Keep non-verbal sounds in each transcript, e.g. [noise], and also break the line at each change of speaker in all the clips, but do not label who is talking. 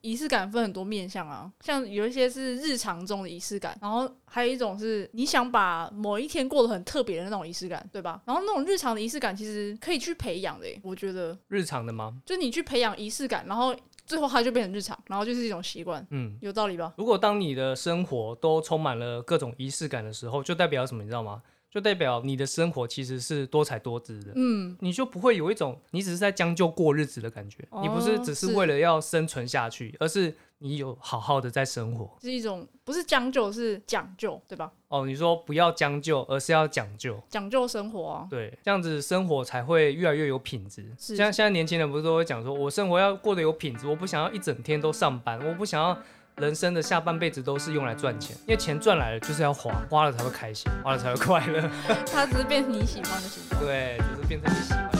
仪式感分很多面向啊，像有一些是日常中的仪式感，然后还有一种是你想把某一天过得很特别的那种仪式感，对吧？然后那种日常的仪式感其实可以去培养的耶，欸我觉得，
日常的吗？
就你去培养仪式感，然后最后它就变成日常，然后就是一种习惯，
嗯，
有道理吧？
如果当你的生活都充满了各种仪式感的时候，就代表什么？你知道吗？就代表你的生活其实是多彩多姿的，
嗯，
你就不会有一种你只是在将就过日子的感觉。你不是
哦
只是
是
为了要生存下去，而是你有好好的在生活。
是一种不是将就，是讲究，对吧？
哦，你说不要将就，而是要讲究。
讲究生活啊，
对，这样子生活才会越来越有品质。
是
像现在年轻人不是都会讲说，我生活要过得有品质，我不想要一整天都上班，我不想要人生的下半辈子都是用来赚钱，因为钱赚来了就是要花，花了才会开心，花了才会快乐。 [laughs]
它只是变成你喜欢的形状。
对，就是变成你喜欢。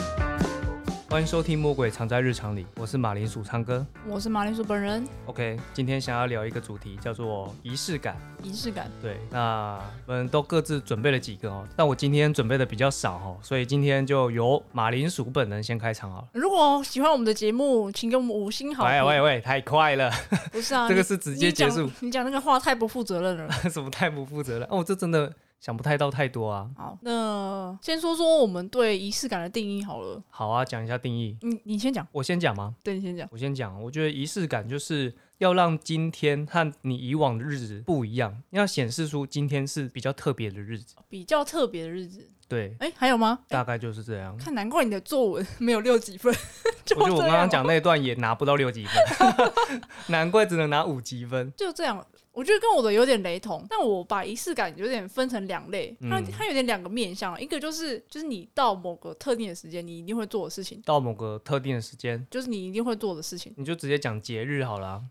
欢迎收听《魔鬼藏在日常里》，我是马铃薯唱歌。
我是马铃薯本人，
OK，今天想要聊一个主题叫做仪式感。
仪式感
对，那我们都各自准备了几个哦，但我今天准备的比较少哦，所以今天就由马铃薯本人先开场好了。
如果喜欢我们的节目，请给我们五星好
喂喂
评。
喂，太快了， [laughs]
不是啊，
这个
你
是直接结束
你，讲你讲那个话太不负责任了。
什么太不负责了？哦，这真的想不太到太多啊。
好，那先说说我们对仪式感的定义好了。
好啊，讲一下定义。
你你先讲，
我先讲吗？
对你先讲。
我先讲。我觉得仪式感就是要让今天和你以往的日子不一样，要显示出今天是比较特别的日子。
比较特别的日子，
对，
哎、还有吗？
大概就是这样。
看，难怪你的作文 [laughs] 没有六几分。 [laughs] 就
我觉得我
这
刚
样
刚讲那段也拿不到六级分， [laughs] 难怪只能拿五级分。
就这样，我觉得跟我的有点雷同，但我把仪式感有点分成两类，它、
嗯
它有点两个面向，啊一个就是就是你到某个特定的时间，你一定会做的事情，
到某个特定的时间，
就是你一定会做的事情
你就直接讲节日好了啊、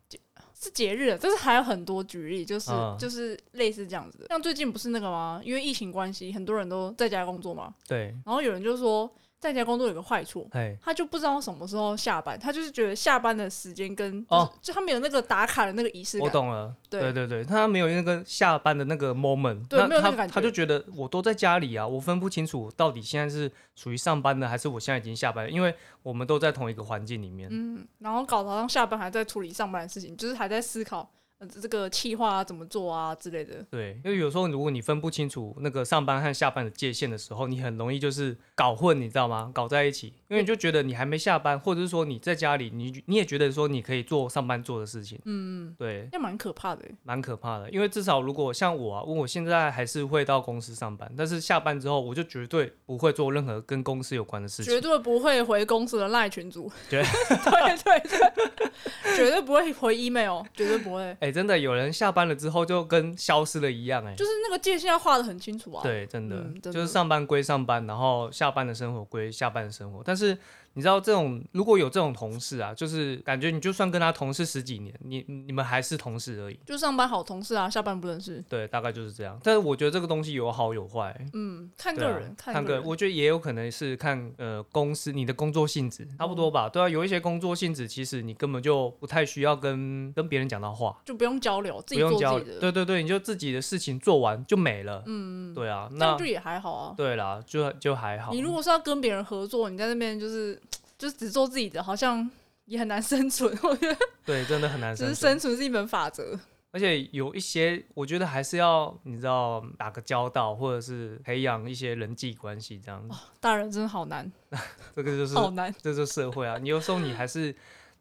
是节日，但是还有很多举例，就是、
嗯
就是类似这样子的，像最近不是那个吗？因为疫情关系，很多人都在家工作嘛，
对，
然后有人就说在家工作有个坏处。
哎，
他就不知道什么时候下班，他就是觉得下班的时间跟就是、
哦
就他没有那个打卡的那个仪式
我
感，
懂了。
对
对对对，他没有那个下班的那个 moment，
对没有那
他
个感觉
他就觉得我都在家里啊，我分不清楚到底现在是属于上班的，还是我现在已经下班了，因为我们都在同一个环境里面。
嗯，然后搞得好像下班还在处理上班的事情，就是还在思考呃这个企划啊怎么做啊之类的。
对，因为有时候如果你分不清楚那个上班和下班的界限的时候，你很容易就是搞混，你知道吗？搞在一起，因为你就觉得你还没下班，或者是说你在家里，你你也觉得说你可以做上班做的事情。
嗯，
对，
那蛮可怕的欸。
蛮可怕的，因为至少如果像我啊，我现在还是会到公司上班，但是下班之后我就绝对不会做任何跟公司有关的事
欸绝
情。
对不会回公司的赖群组， [laughs]
绝
对对对，绝对不会回 email，绝对不会，
[laughs] 哎、真的有人下班了之后就跟消失了一样、哎，
就是那个界限要画的很清楚啊。，
对，真的,、
嗯真的
就是上班归上班，然后下班的生活归下班的生活。但是你知道这种如果有这种同事啊，就是感觉你就算跟他同事十几年，你你们还是同事而已。
就上班好同事啊，下班不认识。
对，大概就是这样。但是我觉得这个东西有好有坏、
嗯，看
对
个
啊
人，
看
个
个人，我觉得也有可能是看呃公司你的工作性质差不
嗯
多吧，对啊，有一些工作性质其实你根本就不太需要跟跟别人讲到话，
就不用交流，自己
不
做
用交
自己
流，
的，
对对对，你就自己的事情做完就没了，
嗯，
对啊，
这样
那
就也还好啊。
对啦，就就还好
你，如果是要跟别人合作，你在那边就是就是只做自己的，好像也很难生存。 [laughs] 我觉得
对，真的很难
只是
生
生
存，
存是一门法则。
而且有一些我觉得还是要你知道打个交道，或者是培养一些人际关系这样子，
大人真的好难，
这个就是
好难。
这就是社会啊，你有时候你还是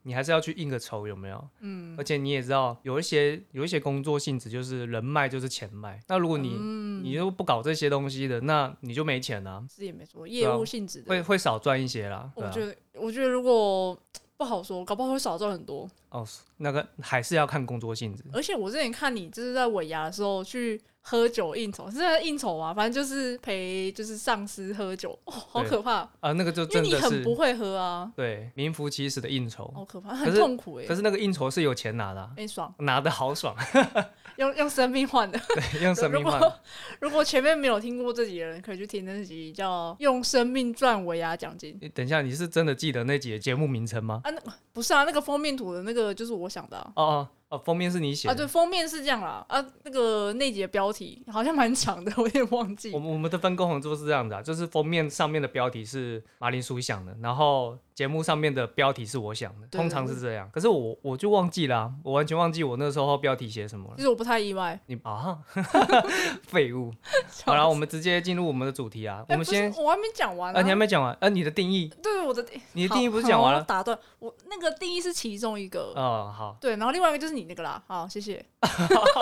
你还是要去应个酬，有没有？嗯，而且你也知道，有一些有一些工作性质就是人脉就是钱脉，那如果你、
嗯
你又不搞这些东西的，那你就没钱啊，
是也没错，业务性质的，
会会少赚一些啦。对
我
啊，
觉得，我觉得如果不好说，搞不好会少赚很多。
哦，那个还是要看工作性质。
而且我之前看你就是在尾牙的时候去喝酒应酬，是在应酬啊，反正就是陪就是上司喝酒，哦，好
对
可怕，
啊，那个就
因为
真
你
的
很
是
不哦会喝啊，
对名副其实的应酬，
好可怕，
可
很
是
痛苦哎、
可
欸，
是那个应酬是有钱拿的啊、
哎、爽，
拿的好爽，啊
用用生命换的。
[laughs] 对，用生命
如
换。
果如果前面没有听过这集的人，可以去听那集叫《用生命赚尾啊牙奖金》
诶等一下，你是真的记得那集的节目名称吗？
啊。那不是啊，那个封面图的那个就是我想的啊。
哦哦哦，封面是你写
啊，
的。
对，封面是这样啦。啊，那个那集的标题好像蛮长的，我有点忘记
我。们我们的分工合作是这样的、啊，就是封面上面的标题是马铃薯想的，然后节目上面的标题是我想的，
对
通常是这样。可是我我就忘记了啊、我完全忘记我那时候标题写什么了
其。实我不太意外。
你啊， [laughs]
[laughs]
废物！好了，我们直接进入我们的主题啊。
哎
我们先
不，是我还没讲完、啊
啊，你还没讲完，呃，你的定义，
对我的定
你的
好
定义不是讲完
好
了
我？打断我那个定义是其中一个。
哦，好，
对，然后另外一个就是你那个啦，好，谢谢。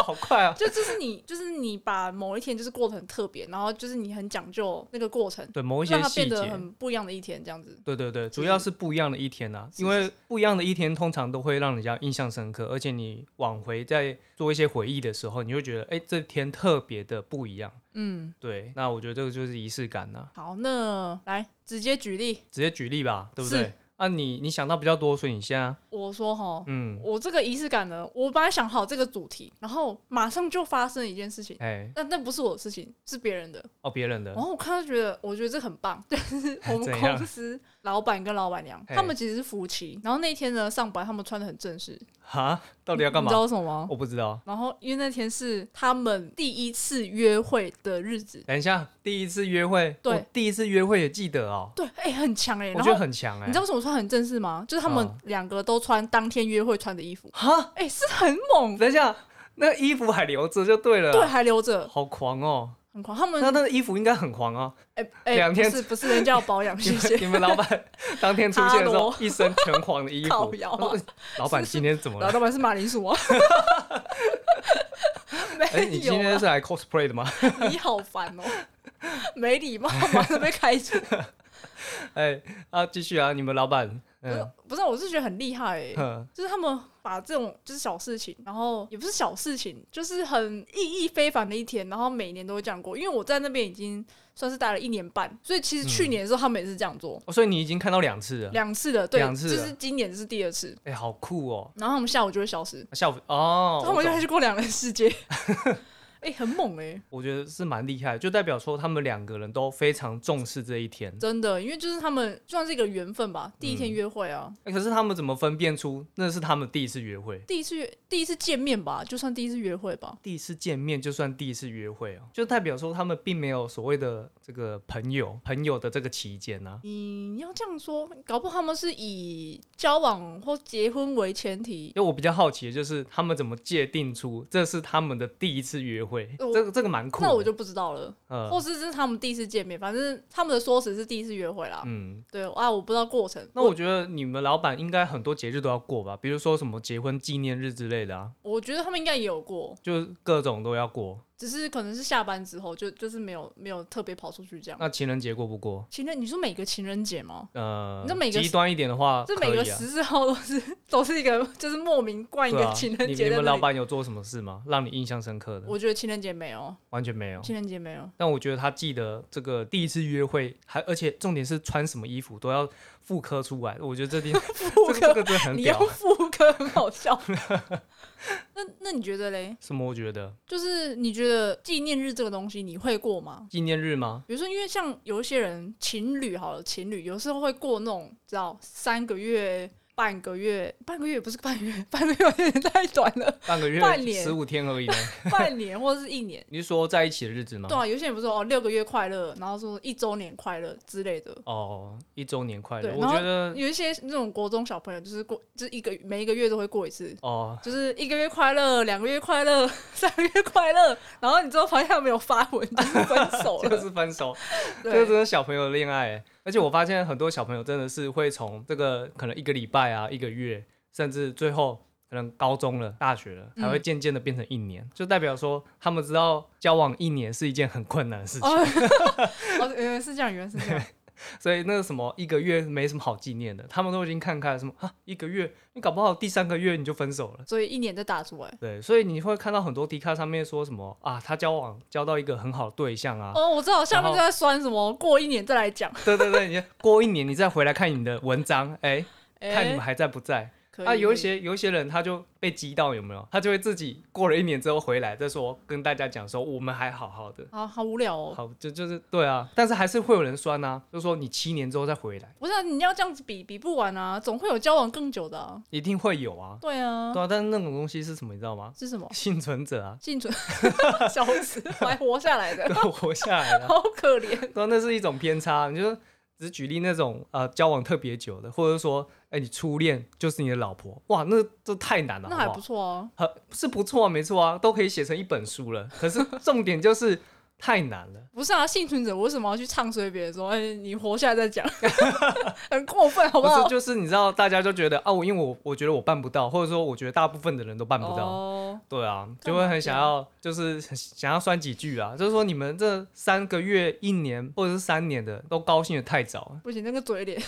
好快啊！
就就是你， [laughs] 就是你把某一天就是过得很特别，然后就是你很讲究那个过程，
对，某一
让
些
它
细
变得
节，
很不一样的一天，这样子。
对对对，
是
主要是不一样的一天啊，
是
因为不一样的一天通常都会让人家印象深刻，而且你往回在做一些回忆的时候，你会觉得，哎，这天特别的不一样。
嗯，
对，那我觉得这个就是仪式感呐、
好，那来直接举例，
直接举例吧，对不
是
对？啊你，你想到比较多，所以你现在，
我说哈，
嗯，
我这个仪式感呢，我本来想好这个主题，然后马上就发生一件事情。
哎，
但那不是我的事情，是别人的。
哦，别人的
然，后我看到觉得，我觉得这很棒， [laughs]
[laughs]
就是我
怎
们
样
公司老板跟老板娘，
嘿
他们其实是夫妻。然后那天呢，上班他们穿的很正式，
哈，到底要干
你知
嘛？
道为什么吗？
我不知道。
然后因为那天是他们第一次约会的日子，
等一下，第一次约会，
对
我第一次约会也记得哦，
对，哎、很强哎、
我
然
觉
后
得很强哎、
你知道为什么穿很正式吗？就是他们
哦
两个都穿当天约会穿的衣服，
哈，
哎、是很猛，
等一下，那衣服还留着就对了，
对，，嗯还留着，
好狂哦，
很狂。他们
啊那那个衣服应该很狂哦。
哎哎，
两天
不是不是，人家要
[laughs]
保养， [laughs]
你
谢
们
谢。
你们老
[laughs]
板当天出现的时候
哈，
一身全黄的衣
[laughs]
服
靠腰啊，
我说哎老板今天怎么
然后老
了？
板是马铃薯啊， [laughs] 没
[laughs] 哎，你今
有
天
啊，
是来 cosplay 的吗？ [laughs]
你好烦哦，没礼貌，马上被开除。
哎，啊，继续啊，你们老板，
不是
嗯，
不是，我是觉得很厉害哎、
哼
就是他们把这种就是小事情，然后也不是小事情，就是很意义非凡的一天，然后每年都会这样过。因为我在那边已经算是待了一年半，所以其实去年的时候他们也是这样做
[laughs] 哦所以你已经看到两次了，
两、次的，对，
啊两次
就
了
是今年是第二次。
哎，好酷哦！
然后他们下午就会消失，
下午哦，
他
我
们就
懂
开始过两人世界， [laughs] 哎、很猛哎、
我觉得是蛮厉害的，就代表说他们两个人都非常重视这一天。
真的，因为就是他们算是一个缘分吧，第一天
嗯
约会啊，
哎可是他们怎么分辨出那是他们第一次约会？
第一次约第一次见面吧，就算第一次约会吧，
第一次见面就算第一次约会哦，就代表说他们并没有所谓的这个朋友朋友的这个期间啊呢、
你要这样说，搞不好他们是以交往或结婚为前提。
因为我比较好奇的就是他们怎么界定出这是他们的第一次约会，
我
这个这个蛮酷的。
那我就不知道了，
呃
或是这是他们第一次见面，反正他们的说辞是第一次约会啦。
嗯，
对啊，我不知道过程。
那我觉得你们老板应该很多节日都要过吧，比如说什么结婚纪念日之类的啊，
我觉得他们应该也有过，
就各种都要过。
只是可能是下班之后就就是没有没有特别跑出去这样。
那情人节过不过？
情人，你说每个情人节吗？
呃，
你知道每个
极端一点的话，
这
可
每个
以啊
十字号都是都是一个就是莫名冠一
对
个
啊
情人
你
节
你
的
们老板有做什么事吗？让你印象深刻的？哦
我觉得情人节没有，
完全没有。
情人节没
[laughs]
有。
但我觉得他记得这个第一次约会，还而且重点是穿什么衣服都要复刻出来。我觉得这点
复
这个这个真的很
你要
屌。啊
副歌很好
[laughs]
笑。那那你觉得嘞？
什么？我觉得
就是你觉得纪念日这个东西你会过吗？
纪念日吗？
比如说，因为像有一些人情侣好了，情侣有时候会过那种，知道三个月、半个月、半个月也不是半个月，半个月有点太短
[laughs]
了，
半个月
半年
十五天而已
[laughs]
呢。
半年或者是一年。
你是说在一起的日子吗？
对啊，有些人不是说哦六个月快乐，然后说一周年快乐之类的。
哦，一周年快乐！
对
我
然后
觉得
有一些那种国中小朋友，就是过，就是一个每一个月都会过一次，
哦，
就是一个月快乐，两个月快乐， [laughs] 三个月快乐，然后你之后发现他没有发文，就是分手
[laughs] 就
了。
是分手，这
[laughs]
个
对
真的是小朋友的恋爱欸。而且我发现很多小朋友真的是会从这个可能一个礼拜啊、一个月，甚至最后可能高中了、大学了，
嗯
还会渐渐的变成一年，就代表说他们知道交往一年是一件很困难的事情，
哦，哦，原来是这样，原来是这
[laughs]
样。
所以那个什么一个月没什么好纪念的，他们都已经看开了，什么啊一个月，你搞不好第三个月你就分手了。
所以一年再打出来。
对，所以你会看到很多迪卡上面说什么啊，他交往交到一个很好的对象啊，
哦，我知道下面
然
就
后
在酸什么，过一年再来讲。
对对对，你过一年你再回来看你的文章，哎、看你们
哎，
还在不在。
可以
啊，有一些有一些人他就被激到有没有？他就会自己过了一年之后回来再说，跟大家讲说我们还好好的，
好好无聊哦。
好就就是对啊，但是还是会有人酸啊，就说你七年之后再回来，
不是啊，你要这样子比比不完啊，总会有交往更久的啊。
一定会有啊，
对啊，
对啊，但是那种东西是什么你知道吗？
是什么？
幸存者啊， [laughs]
幸存小死还活下来的，
都活下来了、
好可怜。
对啊、那是一种偏差。你就只是举例那种呃交往特别久的，或者说哎、你初恋就是你的老婆，哇，那这太难了，
那
好
还
不好
不？错哦、
很是不错、啊，没错啊，都可以写成一本书了。可是重点就是太难了，
不是啊，幸存者为什么要去唱衰别人说？哎、你活下来再
[laughs]
讲，很过分，好
不
好？
是就是你知道，大家就觉得啊，我因为我我觉得我办不到，或者说我觉得大部分的人都办不到，
哦，
对啊，
干
就会
嘛
很
这
想
样
要，就是很想要酸几句啊，就是说你们这三个月、一年或者是三年的都高兴的太早了，
不行，那个嘴
[laughs]
脸。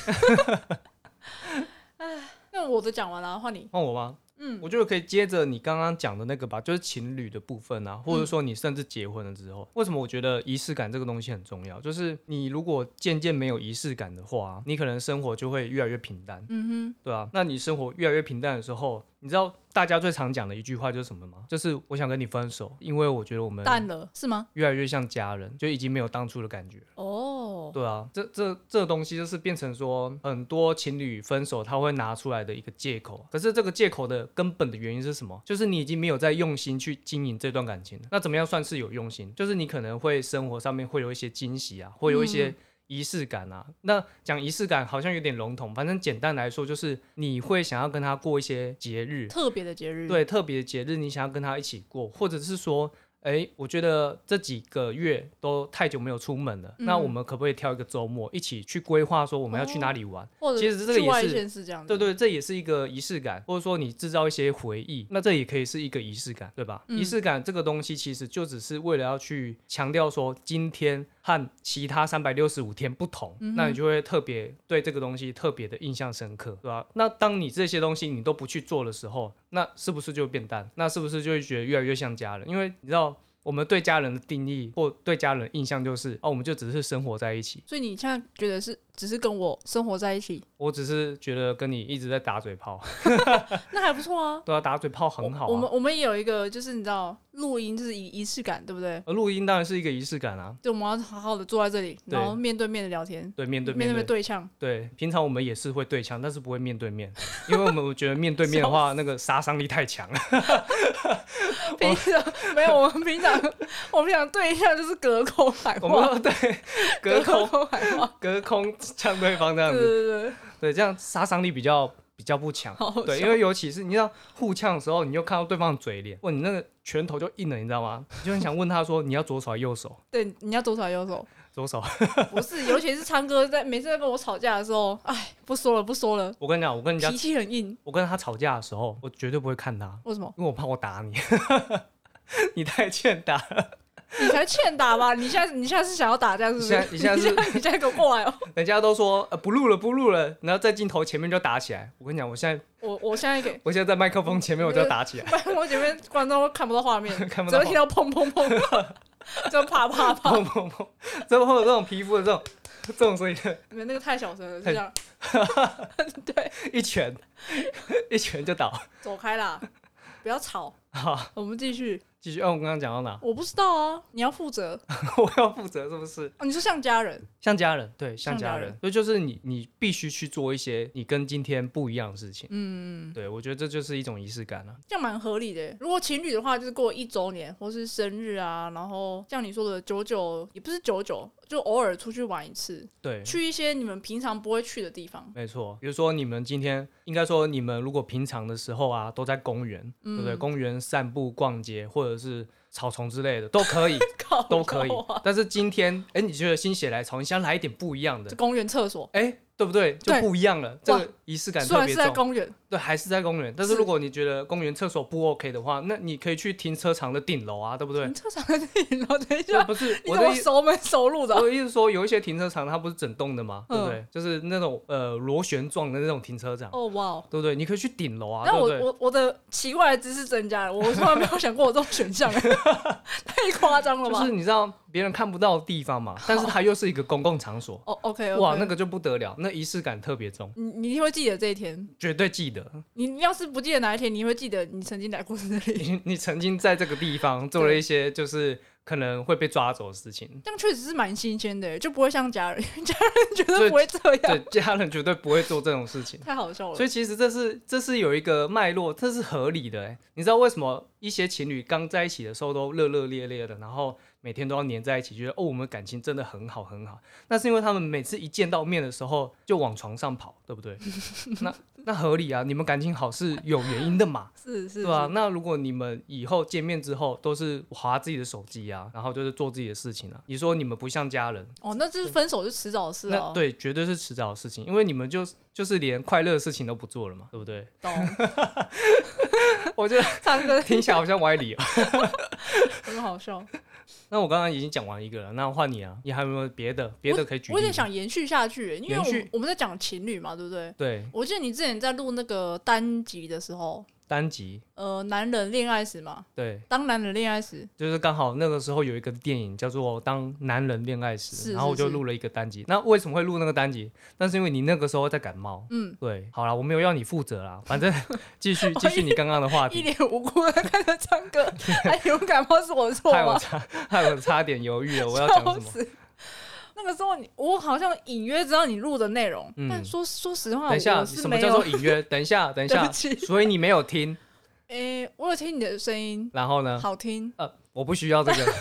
哎，那我的讲完了，换你。
换我吗？
嗯
我觉得可以接着你刚刚讲的那个吧，就是情侣的部分啊，或者说你甚至结婚了之后，为什么我觉得仪式感这个东西很重要？就是你如果渐渐没有仪式感的话，啊你可能生活就会越来越平淡，
嗯
对啊，那你生活越来越平淡的时候，你知道大家最常讲的一句话就是什么吗？就是我想跟你分手，因为我觉得我
哼，
们
淡了是吗？
越来越像家人，就已经没有当初的感觉了。
哦，
对啊，这这这东西就是变成说，很多情侣分手他会拿出来的一个借口。啊可是这个借口的根本的原因是什么？就是你已经没有在用心去经营这段感情了。那怎么样算是有用心？就是你可能会生活上面会有一些惊喜啊，会有一些
嗯
仪式感啊。那讲仪式感好像有点笼统，反正简单来说就是你会想要跟他过一些节日，
特别的节日。，
对特别节日，你想要跟他一起过，或者是说，哎、我觉得这几个月都太久没有出门了，那我
嗯
们可不可以挑一个周末一起去规划，说我们要去哪
哦
里玩？
或者
其实这个
去
也
外
是
县市这样子。
对对，这也是一个仪式感，或者说你制造一些回忆，那这也可以是一个仪式感，对吧？仪、
嗯
式感这个东西其实就只是为了要去强调说今天和其他三百六十五天不同，那你就会特别对这个东西特别的印象深刻，对吧？那当你这些东西你都不去做的时候，那是不是就变淡？那是不是就会觉得越来越像家人？因为你知道。我们对家人的定义或对家人的印象就是，哦，我们就只是生活在一起，
所以你现在觉得是只是跟我生活在一起，
我只是觉得跟你一直在打嘴炮， [laughs]
那还不错啊。
对啊，打嘴炮很好、啊
我我们我们也有一个，就是你知道，录音就是仪仪式感，对不对？
而录音当然是一个仪式感啊，
就我们要好好的坐在这里，
对
然后面对面的聊天，
对，面对
面
面
对
的，
对
[laughs]
呛。
对，平常我们也是会对枪，但是不会面对面，因为我们觉得面对面的话，那个杀伤力太强了。
平 [laughs] 常没有，我们平常 [laughs] 我们平常对一下就是隔空喊 [laughs]
我
话，
们对隔空嗯
空喊话，
隔空呛对方这样
对
子，
对对，
对，这样杀伤力比较比较不强。
好好
对，
笑
因为尤其是你知道互呛的时候，你就看到对方的嘴脸，哇，你那个拳头就硬了，你知道吗？你就很想问他说你要左手还是右手？
对，你要左手还是右
[laughs]
手？
左手。
不是，尤其是昌哥在每次在跟我吵架的时候，哎，不说了不说了，
我跟你讲，我跟人家
脾气很硬，
我跟他吵架的时候，我绝对不会看他，
为什么？
因为我怕我打你， [laughs] 你太欠打了。
你才欠打吧？你现在你现在是想要打架是不
你
是？
现在你现在是
你现在 [laughs] 你现在给我过来哦！
人家都说呃不录了不录了，然后在镜头前面就打起来。我跟你讲，我现在
我我现在给
我现在在麦克风前面我就打起
[laughs]
来，
不然我前面观众会看不到画面，
[laughs] 看不
只
到
会听到砰砰砰，
[laughs]
只会啪啪啪。
砰砰砰，怎么会有这种皮肤的这种这种声音？
你们那个太小声了，是这
[laughs]
样。对，
一拳一拳就倒。
走开啦，不要吵。
好，
我们继续。
继续。哦，我刚刚讲到哪？
我不知道啊，你要负责。
我要负责是不是？
哦、你说像家人，
像家人，对，像
像
家
家
人
人，
这就是你你必须去做一些你跟今天不一样的事情。
嗯，
对，我觉得这就是一种仪式感了、啊
这样蛮合理的耶。如果情侣的话，就是过一周年或是生日啊，然后像你说的久久，也不是久久，就偶尔出去玩一次，
对，
去一些你们平常不会去的地方。
没错，比如说你们今天应该说你们如果平常的时候啊，都在公园，对
嗯
不对？公园散步、逛街，或者是草丛之类的都
[laughs]
可以，
靠
都可以
腰啊。
但是今天，哎，你觉得心血来潮，你想来一点不一样的
这，公园厕所，
哎，对不对？就
对
不一样了，这个仪式感
虽
特
然
别
是在
重。
公园，
对，还是在公园，但是
是
如果你觉得公园厕所不 OK 的话，那你可以去停车场的顶楼啊，对不对
停？车场的地，然后等一
这
下，
不是
嗯 [laughs] 你
我
怎么
的意
熟门熟路的啊？
我的意思说，有一些停车场它不是整栋的吗？对不
嗯
对？就是那种呃螺旋状的那种停车场，
哦哇哦！
对不对？你可以去顶楼啊，
但
对不
我
对？
我我的奇怪的知识增加了，我从来没有想过有这种选项，欸
[laughs]
太夸张了吧？
就是你知道别人看不到的地
[laughs]
方嘛，但是它又是一个公共场所，
哦，OK，, o k
哇，那个就不得了，那仪式感特别重，
你你一定会记得这一天，
绝对记得 [laughs]
你你要是不
[laughs]
记得哪一天，你会记得你曾经来过这里。
你你曾经在这个地方做了一些就是可能会被抓走的事情。
这样确实是蛮新鲜的，就不会像家人， [laughs] 家人绝对不会这样，
对，家人绝对不会做这种事情。
太好笑了。
所以其实这是这是有一个脉络，这是合理的、欸。你知道为什么一些情侣刚在一起的时候都热热烈烈的，然后每天都要黏在一起，觉得哦我们感情真的很好很好？那是因为他们每次一见到面的时候就往床上跑，对不对？ [laughs] 那那合理啊，你们感情好是有原因的嘛，
是是
对啊吧、那如果你们以后见面之后都是划自己的手机啊，然后就是做自己的事情啊，你说你们不像家人，
哦，那这是分手是迟早的事哦
那。对，啊绝对是迟早的事情，因为你们就就是连快乐的事情都不做了嘛，对不对？
懂， [laughs]
我觉得
唱歌
听起来好像歪理哦。 [laughs]
很好笑。
那我刚刚已经讲完一个了，那换你啊，你还有没有别的别的可以举例？
我有点，想延续下去，因为我
延续
们我们在讲情侣嘛，对不对？
对，
我记得你之前在录那个单集的时候，
单集，
呃，男人恋爱时嘛，
对，
当男人恋爱时，
就是刚好那个时候有一个电影叫做《当男人恋爱时》，
是
然后我
是
就是录了一个单集。那为什么会录那个单集？那是因为你那个时候在感冒。
嗯，
对，好啦，我没有要你负责啦， [laughs] 反正继
[laughs]
续继续你刚刚的话
一
题，
脸无辜的看着唱
[laughs]
歌，还有感冒是我的错
害我
吗？
差 [laughs] 害我差点犹豫了，我要
笑
讲什么？
死！那个时候你，我好像隐约知道你录的内容，
嗯
但说说实话，
等一下，
我是
什么
没
叫
有
做。隐约？等一下，等
[laughs]
一
对
下
不，起
所以你没有听，
诶、我有听你的声音，
然后呢？
好听。
呃，我不需要这个，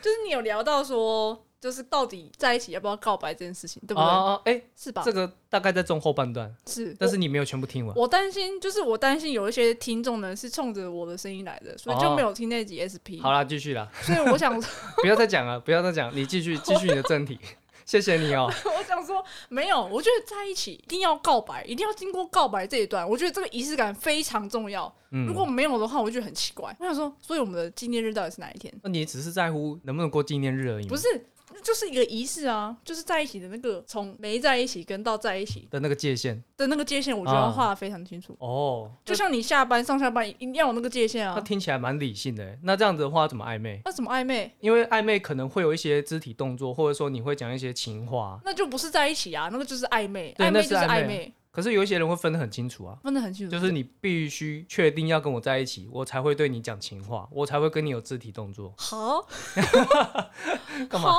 就是你有聊到说，就是到底在一起要不要告白这件事情， [laughs] 对不对？
哦，哦哎，
是吧？
这个大概在中后半段，
是，
但是你没有全部听完。
我担心，就是我担心有一些听众呢是冲着我的声音来的，所以就没有听那集 SP。
哦好啦，继续啦，
所以我想，
不要再讲了，不要再讲，你继续继续你的正题， [laughs] 谢谢你哦、
[laughs] 我想说，没有，我觉得在一起一定要告白，一定要经过告白这一段，我觉得这个仪式感非常重要。
嗯，
如果没有的话，我就觉得很奇怪。我想说，所以我们的纪念日到底是哪一天？
那你只是在乎能不能过纪念日而已嘛，
不是，就是一个仪式啊，就是在一起的那个从没在一起跟到在一起
的那个界限
的那个界限，我觉得要画的非常清楚。
哦。
就像你下班上下班一定要有那个界限
那
啊，
听起来蛮理性的欸，那这样子的话怎么暧昧？
那怎么暧昧？
因为暧昧可能会有一些肢体动作，或者说你会讲一些情话，
那就不是在一起啊，那个就是暧昧，
对
暧昧
那是
就是
暧
暧
昧
昧。
可是有一些人会分得很清楚啊，
分得很清楚，
就是你必须确定要跟我在一起，我才会对你讲情话，我才会跟你有肢体动作，
好，
干嘛？
好，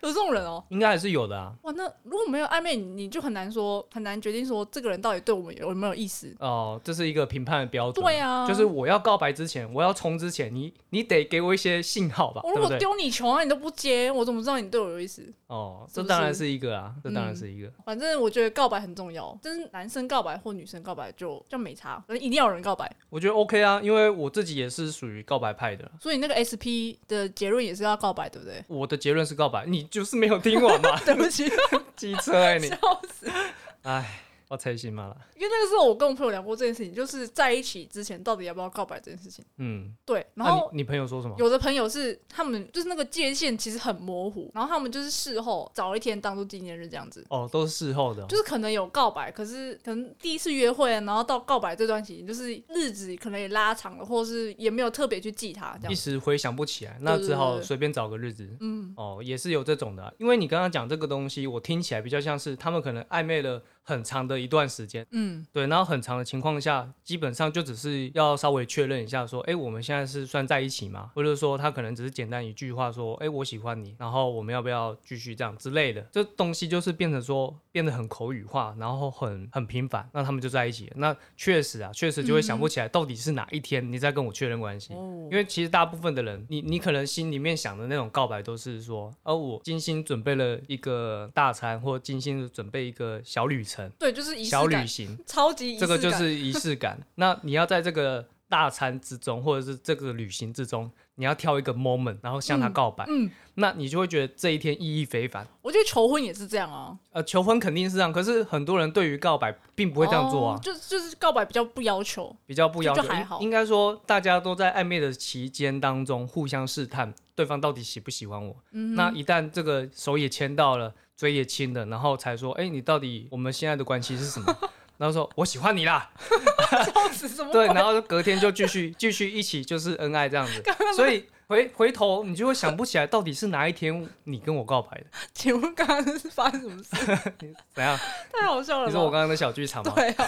有这种人哦。
应该还是有的啊。
哇，那如果没有暧昧，你你就很难说，很难决定说这个人到底对我们有有没有意思。
哦，这是一个评判的标准。
对啊，
就是我要告白之前，我要冲之前，你你得给我一些信号吧，
我如
对不
果
对？
丢你球啊，你都不接，我怎么知道你对我有意思？
哦，
是
这
不
当然
是
是一个啊，这当然
嗯
是一个。
反正我觉得告白很重要，但是男生告白或女生告白就就没差，反正一定要有人告白。
我觉得 OK 啊，因为我自己也是属于告白派的。？
所以那个 SP 的结论也是要告白，对不对 [laughs]
我的结论是告白，你就是没有听我嘛，
对不起，
机车哎、 [laughs] 你
笑，死！
哎，我才心嘛啦。
因为那个时候我跟我朋友聊过这件事情，就是在一起之前到底要不要告白这件事情。
嗯，
对，然
那
后
你你朋友说什么？
有的朋友是他们就是那个界限其实很模糊，然后他们就是事后找一天当做纪念日这样子，
哦，都是事后的哦、
就是可能有告白，可是可能第一次约会，然后到告白这段期间，就是日子可能也拉长了，或是也没有特别去记它这
一
样。
时回想不起来，那只
对
好
对对
随便找个日子。
嗯，
哦，也是有这种的啊、因为你刚刚讲这个东西，我听起来比较像是他们可能暧昧了很长的一段时间，
嗯，
对，然后很长的情况下，基本上就只是要稍微确认一下，说，哎，我们现在是算在一起吗？或者说他可能只是简单一句话说，哎，我喜欢你，然后我们要不要继续这样之类的，这东西就是变成说变得很口语化，然后很很频繁，那他们就在一起了。那确实啊，确实就会想不起来到底是哪一天你在跟我确认关系。
嗯哦
因为其实大部分的人，你你可能心里面想的那种告白都是说，呃，我精心准备了一个大餐，或精心准备一个小旅程、
对，就是仪式
小旅
感，
行，
超级仪式
这
感。
个就是仪
[laughs]
式感。那你要在这个大餐之中，或者是这个旅行之中，你要挑一个 moment，然后向他告白，
嗯，
那你就会觉得这一天意义非凡。
我觉得求婚也是这样啊，
呃，求婚肯定是这样，可是很多人对于告白并不会这样做啊
哦，就就是告白比较不要求， [laughs]
比较不要求。
就就还好
应应该说大家都在暧昧的期间当中互相试探对方到底喜不喜欢我。
嗯
那一旦这个手也牵到了，嘴也亲了，然后才说，哎、你到底我们现在的关系是什
[laughs]
么？然后说我喜欢你啦，
笑死什么
对，
鬼？
然后隔天就继续继续一起就是恩爱这
[laughs]
样子，所以回回头你就会想不起来到底是哪一天你跟我告白的，
请问刚刚是发生什么事？[laughs]
怎样？
太好笑了吧！
[laughs] 你说我刚刚的小剧场吗？
对啊，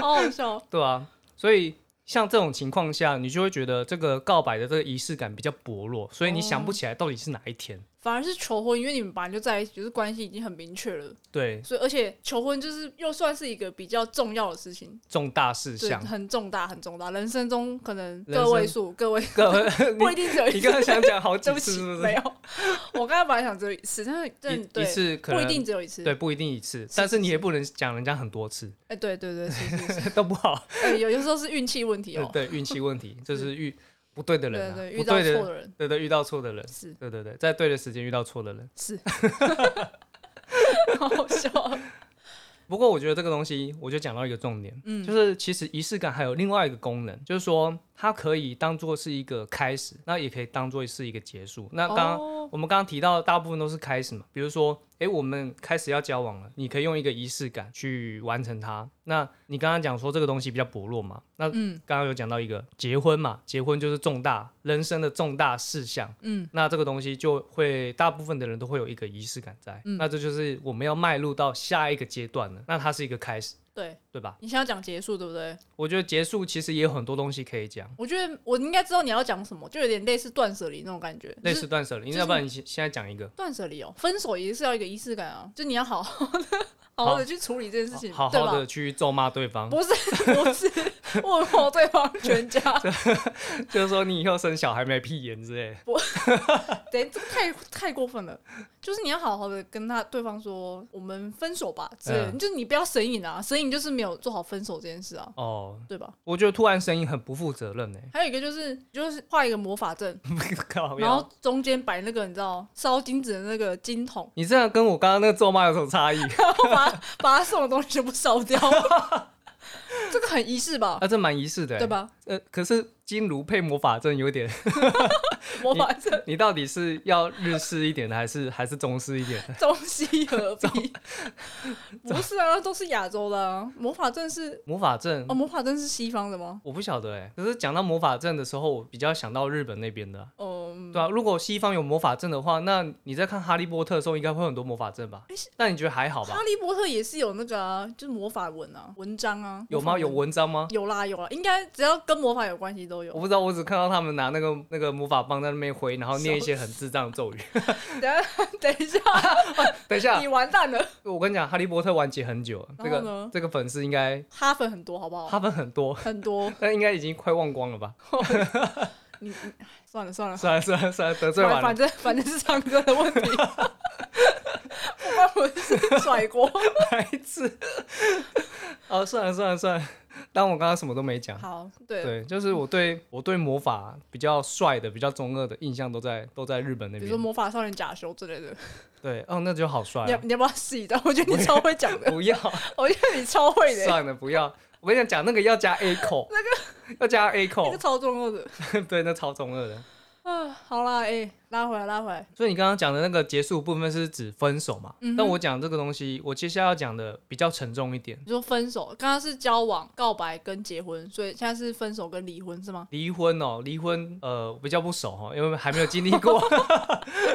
好好笑。
对啊，所以像这种情况下，你就会觉得这个告白的这个仪式感比较薄弱，所以你想不起来到底是哪一天。
反而是求婚，因为你们本来就在一起，就是关系已经很明确了，
对，
所以而且求婚就是又算是一个比较重要的事情，
重大事
对，
项。
很重大，很重大，人生中可能
人生
个位 [laughs] 数，
[laughs]
个位
各位，
不一定只有
你
一
你刚
次。
刚
[laughs]
想讲好
对
几
不
次
起，
是不
没
是？
有，我刚才本来想只有一次，但是但
一一
对，
次可
不
能
一定只有一次。
对，，不一定一次，但是你也不能讲人家很多次， [laughs]
哎，对对对，是是 [laughs] 是，
都不好。
哎有有时候是运气问题哦。
[laughs] 对，运气
[laughs]
问题，就是遇不对的
对
人
对
啊，
对，遇
不
到
对的
错的人
对对，遇到错的人，
是
对对对，在对的时间遇到错的人。
是， [laughs] 好好笑哦。
不过我觉得这个东西，我就讲到一个重点，
嗯
就是其实仪式感还有另外一个功能，就是说它可以当做是一个开始，那也可以当做是一个结束。那刚刚、
哦
我们刚刚提到，大部分都是开始嘛，比如说，诶，我们开始要交往了，你可以用一个仪式感去完成它。那你刚刚讲说这个东西比较薄弱嘛，那
嗯
刚刚有讲到一个结婚嘛，结婚就是重大人生的重大事项，
嗯，
那这个东西就会大部分的人都会有一个仪式感在，
嗯
那这就是我们要迈入到下一个阶段了，那它是一个开始，
对
对吧？
你想要讲结束对不对？
我觉得结束其实也有很多东西可以讲，
我觉得我应该知道你要讲什么，就有点类似断舍离那种感觉，
类
就
似
是
断舍离，
就是
要不然你现现在讲一个，
断舍离哦。分手也是要一个仪式感啊，就你要好 [laughs] 好的、好好的去处理这件事情，
好
对
好
吧
的？去咒骂对方，
不是 [laughs] 不是，问候对方全
[laughs]
家，
就是说你以后生小孩没屁眼之类的，
对，这个太太过分了。就是你要好好的跟他对方说，我们分手吧之类的，
嗯
就是你不要神隐啊，神隐就是没有做好分手这件事啊，
哦，
对吧？
我觉得突然声音很不负责任哎、
还有一个就是，就是画一个魔法阵，
[laughs] 靠
然
腰
后中间摆那个你知道烧金子的那个金桶，
你这样跟我刚刚那个咒骂有什么差异？ [laughs]
然后把 [laughs] 把他送的东西全部烧掉，这个很仪式吧？
啊，这蛮仪式的、欸，
对？吧？
呃，可是金炉配魔法阵有点，
魔法阵
你到底是要日式一点的，还是还是中式一点的？
中西
[laughs]
合璧，不是啊，都是亚洲的、啊。魔法阵是
魔法阵
哦，魔法阵是西方的吗？
我不晓得哎、可是讲到魔法阵的时候，我比较想到日本那边的啊，
嗯，
对啊，如果西方有魔法阵的话，那你在看《哈利波特》的时候，应该会有很多魔法阵吧？那你觉得还好吧
哈？利波特也是有那个啊，就是魔法文啊，文章啊，
有吗？
魔法
有
文
文章吗？
有啦有啦，应该只要跟魔法有关系都有
我。不知道，我只看到他们拿那个那个魔法棒在那边挥，然后念一些很智障的咒语。
等一下等一下，
[laughs] 等一下
你，完蛋了，
我跟你讲，《哈利波特》完结很久了，这
然后
个
呢
这个粉丝应该
哈粉很多好不好？
他们很多，
很多，
但应该已经快忘光
[laughs]
了吧？
你你算了算了，
算了算了算了，得罪
反
完
反
了。
正反正是唱歌的问题，
[laughs]
我我是甩锅。
白
[laughs]
痴。哦，算了算了算了，当我刚刚什么都没讲。
好，对，
对，就是我对我对魔法比较帅的、比较中二的印象都在都在日本那
比如说
边。
魔法少年假修之类的，
对，哦，那就好帅
你要
啊、
你要不要试一下？我觉得你超会讲的， [laughs]
不要，
我觉得你超会
[laughs]
的、
算了，不要。我跟你讲，讲那个要加 A
[laughs]
口，那个要加 A
那
口
个，超重要的
[laughs] 对，那超中二的。
啊！好啦，哎、拉回来，拉回来，
所以你刚刚讲的那个结束部分是指分手嘛？
嗯哼
但我讲这个东西，我接下来要讲的比较沉重一点，
你说分手，刚刚是交往、告白跟结婚，所以现在是分手跟离婚是吗？
离婚哦，离婚，呃，比较不熟哈、哦，因为还没有经历过，
[laughs]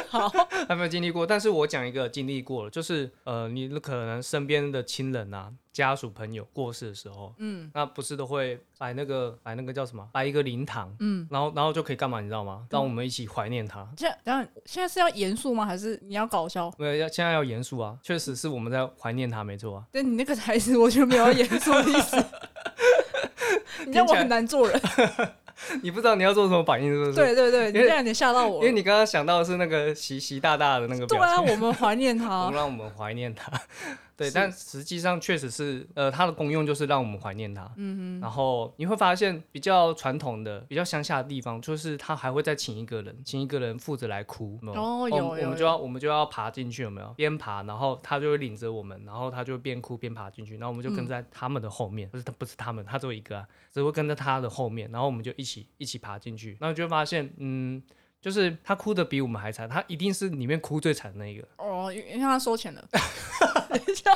好，
还没有经历过。但是我讲一个经历过了，就是呃，你可能身边的亲人啊、家属、朋友过世的时候，
嗯
那不是都会摆那个摆那个叫什么，摆一个灵堂，
嗯，
然后然后就可以干嘛，你知道吗？让我们一起怀念他。
现在等一下现在是要严肃吗？还是你要搞
[laughs]
笑？
没有要现在要严肃啊，确实是我们在怀念他，没错啊。
但你那个台词，我觉得没有要严肃的意
[laughs]
思。你让我很难做人，
你不知道你要做什么反应是不是？
对对对，你
因为
这样有点吓到我
因为。你刚刚想到的是那个习习大大的那个
对
表情，
啊，我们怀念
[laughs] 我
他
们。让我们怀念他。对，
是
但实际上确实是，呃，它的功用就是让我们怀念他。嗯然后你会发现，比较传统的、比较乡下的地方，就是他还会再请一个人，请一个人负责来哭。有没有
哦
我
有
们我
有
们就要我们就要爬进去，有没有？边爬，然后他就会领着我们，然后他就边哭边爬进去，然后我们就跟
嗯
在他们的后面，不是他不是他们，他只有一个啊，只会跟在他的后面，然后我们就一起一起爬进去，然后就会发现，嗯。就是他哭的比我们还惨，他一定是里面哭最惨的那一个。
哦，因为因为他收钱
[laughs]
了。等一下，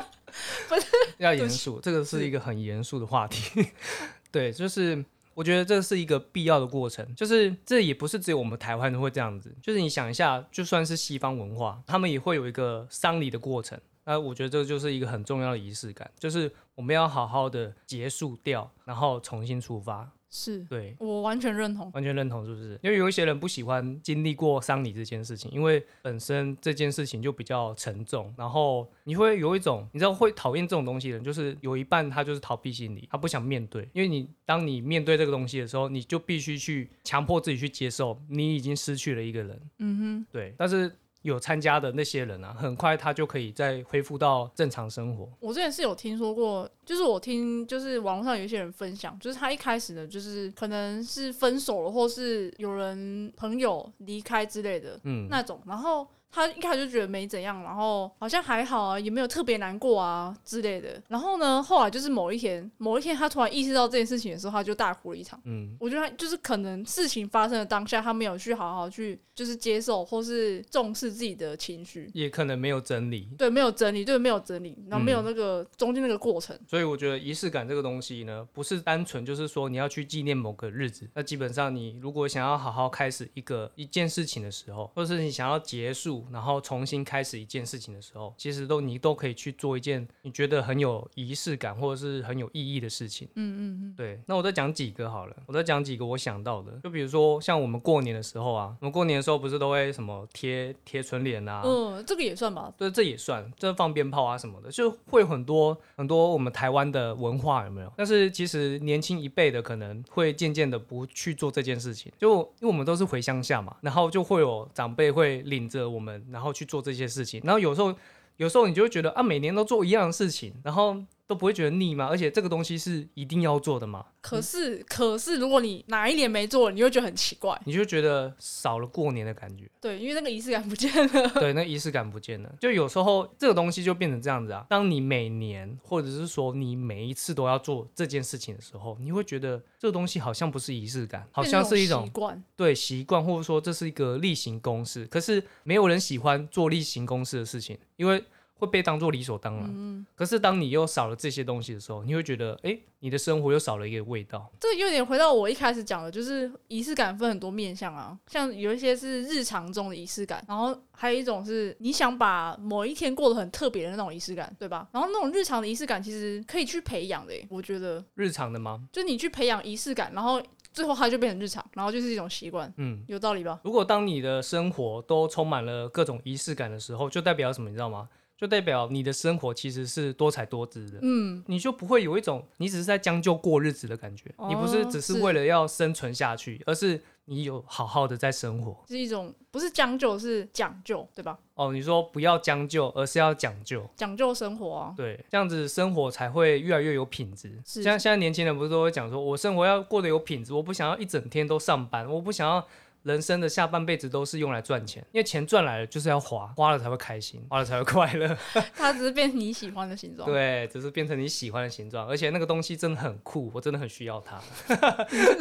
要严肃，这个是一个很严肃的话题。 [laughs] 对，就是我觉得这是一个必要的过程，就是这也不是只有我们台湾人会这样子，就是你想一下，就算是西方文化，他们也会有一个丧礼的过程。那那我觉得这就是一个很重要的仪式感，就是我们要好好的结束掉，然后重新出发。
是
对，
我完全认同。
完全认同，是不是？因为有一些人不喜欢经历过丧礼这件事情，因为本身这件事情就比较沉重，然后你会有一种，你知道会讨厌这种东西的人，就是有一半他就是逃避心理，他不想面对，因为你当你面对这个东西的时候，你就必须去强迫自己去接受，你已经失去了一个人，
嗯
对，但是。有参加的那些人啊，很快他就可以再恢复到正常生活
哼。，我之前是有听说过，就是我听就是网络上有一些人分享，就是他一开始呢，就是可能是分手了，或是有人朋友离开之类的，
嗯，
那种，然后他一开始就觉得没怎样，然后好像还好啊，也没有特别难过啊之类的。然后呢，后来就是某一天，某一天他突然意识到这件事情的时候，他就大哭了一场。
嗯，
我觉得他就是可能事情发生的当下，他没有去好好去就是接受或是重视自己的情绪，
也可能没有整理，
对，没有整理，对，没有整理，然后没有
嗯
那个、中间那个过程。
所以我觉得仪式感这个东西呢，不是单纯就是说你要去纪念某个日子。那基本上你如果想要好好开始一个一件事情的时候，或者是你想要结束，然后重新开始一件事情的时候，其实都你都可以去做一件你觉得很有仪式感或者是很有意义的事情。
嗯嗯
对，那我再讲几个好了，我再讲几个我想到的，就比如说像我们过年的时候啊，我们过年的时候不是都会什么贴贴春联啊，
嗯，嗯，这个也算吧。
对，这也算，这放鞭炮啊什么的，就会很多很多我们台湾的文化有没有？但是其实年轻一辈的可能会渐渐的不去做这件事情，就因为我们都是回乡下嘛，然后就会有长辈会领着我们，然后去做这些事情，然后有时候有时候你就会觉得啊，每年都做一样的事情，然后都不会觉得腻嘛，而且这个东西是一定要做的嘛，
可是，可是，如果你哪一年没做，你会觉得很奇怪，
你就觉得少了过年的感觉。
对，因为那个仪式感不见了。
对，那仪式感不见了。就有时候这个东西就变成这样子啊，当你每年或者是说你每一次都要做这件事情的时候，你会觉得这个东西好像不是仪式感，好像是一
习
种
惯，
对习惯，或者说这是一个例行公事。可是没有人喜欢做例行公事的事情，因为会被当做理所当然。可是当你又少了这些东西的时候，你会觉得，哎，你的生活又少了一个味道。
这有点回到我一开始讲的，就是仪式感分很多面向啊，像有一些是日常中的仪式感，然后还有一种是你想把某一天过得很特别的那种仪式感，对吧？然后那种日常的仪式感其实可以去培养的耶，欸我觉得，
日常的吗？
就你去培养仪式感，然后最后它就变成日常，然后就是一种习惯，
嗯，
有道理吧？
如果当你的生活都充满了各种仪式感的时候，就代表什么？你知道吗？就代表你的生活其实是多彩多姿的，
嗯，
你就不会有一种你只是在将就过日子的感觉。
哦
你不是只是
是
为了要生存下去，而是你有好好的在生活。
是一种不是将就，是讲究，对吧？
哦，你说不要将就，而是要讲究。
讲究生活
[laughs]
啊，
对，这样子生活才会越来越有品质。
是
像现在年轻人不是都会讲说，我生活要过得有品质，我不想要一整天都上班，我不想要人生的下半辈子都是用来赚钱，因为钱赚来了就是要花，花了才会开心，花了才会快乐。
它只是变成你喜欢的形状。
对，只是变成你喜欢的形状，而且那个东西真的很酷，我真的很需要它。
[laughs]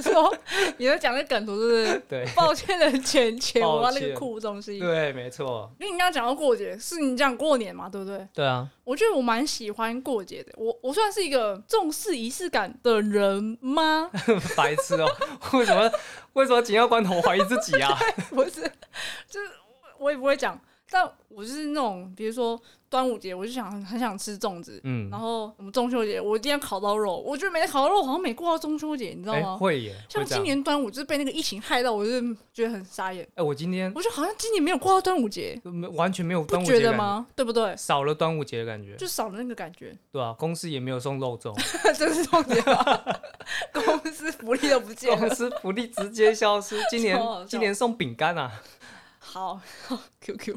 说你在讲那梗图是不是？
对
[laughs] 抱歉的钱钱，
抱
我要那
歉
个酷东西。
对，没错，
因为你刚刚讲到过节，是你讲过年嘛，对不 [laughs] 对？
对啊，
我觉得我蛮喜欢过节的。我我算是一个重视仪式感的人吗？
[laughs]
[laughs]
白痴哦、为什么为什么紧要关头怀疑自己啊？
不是，就是我我也不会讲，但我就是那种，比如说端午节，我就想很想吃粽子。
嗯
然，后我们中秋节，我一定要烤到肉。我觉得没烤到肉，好像没过到中秋节，你知道
哎、
吗？
会耶，
像
会
今
这样。哎、
年端午就是被那个疫情害到，我就是觉得很傻眼。
我今天
我觉得好像今年没有过到端午节，
没完全没有
不
嗯端午节
觉
的
得
感觉
吗？对不对？
少了端午节的感觉，
就少了那个感觉， [laughs]
对啊，公司也没有送肉粽，
这是重点吧？ [laughs] 公司福利都不见
公
了。
司福利直接
[laughs]
消失。今年
超好笑
今年送饼干啊，
好 [laughs] ，QQ。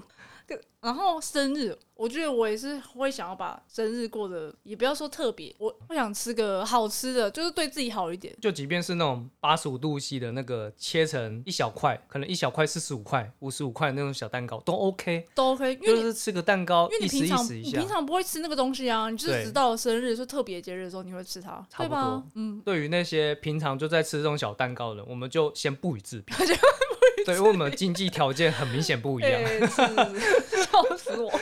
然后生日，我觉得我也是会想要把生日过得，也不要说特别，我会想吃个好吃的，就是对自己好一点。
就即便是那种八十五度 C 的那个切成一小块，可能一小块四十五块、五十五块的那种小蛋糕都 OK，
都 OK，因
就
为你
是吃个蛋糕
因为
哦意
你
思
平
意
常
思一
你
下
平。常不会吃那个东西啊，你就是
对
直到生日，就特别节日的时候你会吃它，
差
对
不
吧
多？
嗯，
对于那些平常就在吃这种小蛋糕的人，我们就先不予置
[laughs]
评。对，因为我们经济条件很明显不一样。
哎是笑死我。 [laughs]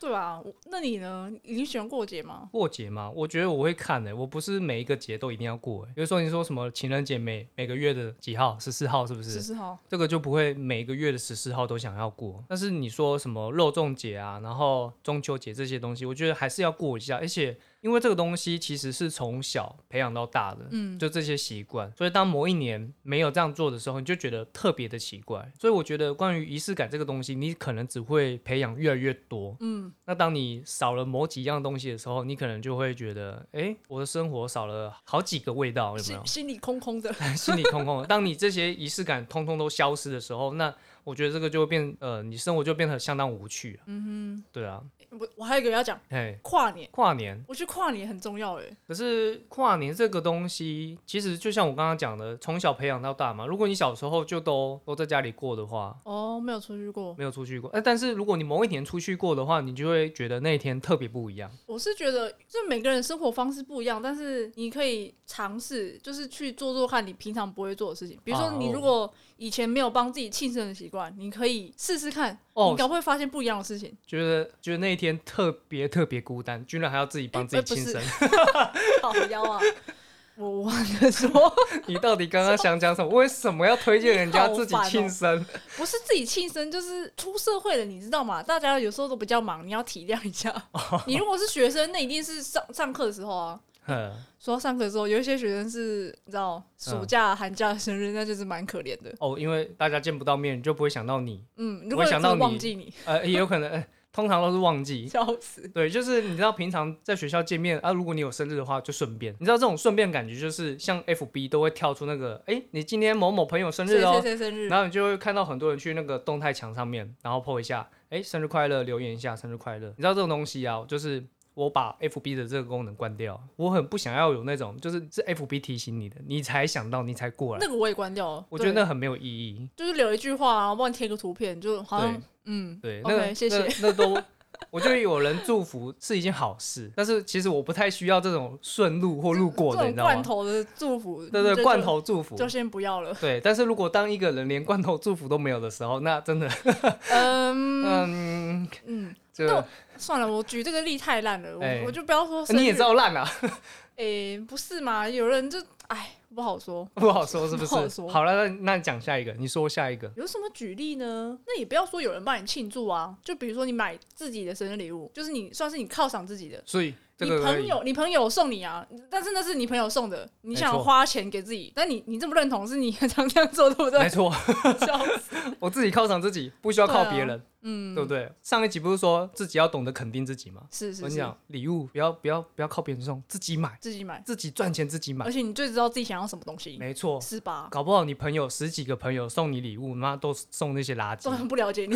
对啊，我那你呢？你喜欢过节吗？
过节嘛，我觉得我会看欸的、我不是每一个节都一定要过、欸。比如说你说什么情人节每每个月的几号，十四号是不
十四号，
这个就不会每个月的十四号都想要过。但是你说什么肉粽节啊，然后中秋节这些东西，我觉得还是要过一下。而且因为这个东西其实是从小培养到大的，
嗯，
就这些习惯，所以当某一年没有这样做的时候，你就觉得特别的奇怪。所以我觉得关于仪式感这个东西，你可能只会培养越来越多，
嗯，
那当你少了某几样东西的时候，你可能就会觉得，哎、我的生活少了好几个味道，有没有
心？心里空空的， [laughs]
[laughs] 心里空空的。当你这些仪式感通通都消失的时候，那我觉得这个就会变，呃，你生活就变得相当无趣、啊。
嗯
对啊，
哼，我我还有一个要讲
哎，
跨年，
跨年，
我觉得跨年很重要欸诶。
可是跨年这个东西，其实就像我刚刚讲的，从小培养到大嘛。如果你小时候就都都在家里过的话，
哦，没有出去过，
没有出去过，哎、但是如果你某一年出去过的话，你就会觉得那一天特别不一样。
我是觉得，就每个人生活方式不一样，但是你可以尝试，就是去做做看你平常不会做的事情。比如
啊
说，你
哦
如果以前没有帮自己庆生的习惯，你可以试试看，
哦
你搞不好会发现不一样的事情。
觉得觉得那一天特别特别孤单，居然还要自己帮自
哎
己庆
不是
生。
[laughs] 好妖啊！ [laughs] 我忘了说，
你到底刚刚想讲什么？为什么要推荐人家自己
哦
庆生？ [laughs]
不是自己庆生，就是出社会了，你知道吗？大家有时候都比较忙，你要体谅一下。
哦
你如果是学生，那一定是上上课的时候啊。
哼
说到上课的时候，有一些学生是，你知道，
嗯
暑假、寒假、生日，那就是蛮可怜的。
哦，因为大家见不到面，你就不会想到你，
嗯，
我
如果
想到
真的忘
你
记你，
呃，也有可能，呃通常都是忘记。
笑
[laughs]
死。
对，就是你知道平常在学校见面啊，如果你有生日的话，就顺便。你知道这种顺便感觉就是像 FB 都会跳出那个，哎、你今天某某朋友生日
谁
哦
谁，谁生日？
然后你就会看到很多人去那个动态墙上面，然后 po 一下，哎、生日快乐，留言一下生日快乐。你知道这种东西啊，就是我把 FB 的这个功能关掉，我很不想要有那种就是是 FB 提醒你的，你才想到，你才过来。
那个我也关掉了。
我觉得
对
那很没有意义。
就是留一句话啊，帮你贴个图片，就好像
对
嗯，
对，那
OK，
个
谢谢
那那都。我觉得有人祝福是一件好事，但是其实我不太需要这种顺路或路过
这
的，你
种
知道吗
罐？头的祝福，
对
就
对，罐头祝福
就。就先不要了。
对，但是如果当一个人连罐头祝福都没有的时候，那真的，
嗯
嗯，
嗯，
这
那我算了，我举这个例太烂了，
哎
我我就不要说生日。
你也知，道烂啊，
哎，不是嘛？有人就哎，不好说。
不好说是不是？
[laughs] 不好说
了，那那你讲下一个，你说下一个。
有什么举例呢？那也不要说有人帮你庆祝啊，就比如说你买自己的生日礼物，就是你算是你犒赏自己的，
所以这
你
个可
朋
以
友，你朋友送你啊，但是那是你朋友送的，你
没
想
错
花钱给自己，但你你这么认同是你很常这样做，对不
没
对？
错，
笑死，
我自己犒赏自己，不需要靠
对啊
别人，对
嗯，
不对？上一集不是说自己要懂得肯定自己吗？ [laughs]
是
我
是
跟你
是，
讲，礼物不要不要不要靠别人送，自己买，
自己买，
自己赚钱自己买
而，且你最知道自己想要什么东西，
没错。
是
[laughs]
吧？
搞不好你朋友十几个朋友送你礼物，妈都送那些垃圾
[laughs] 都。很不了
[laughs]
解你。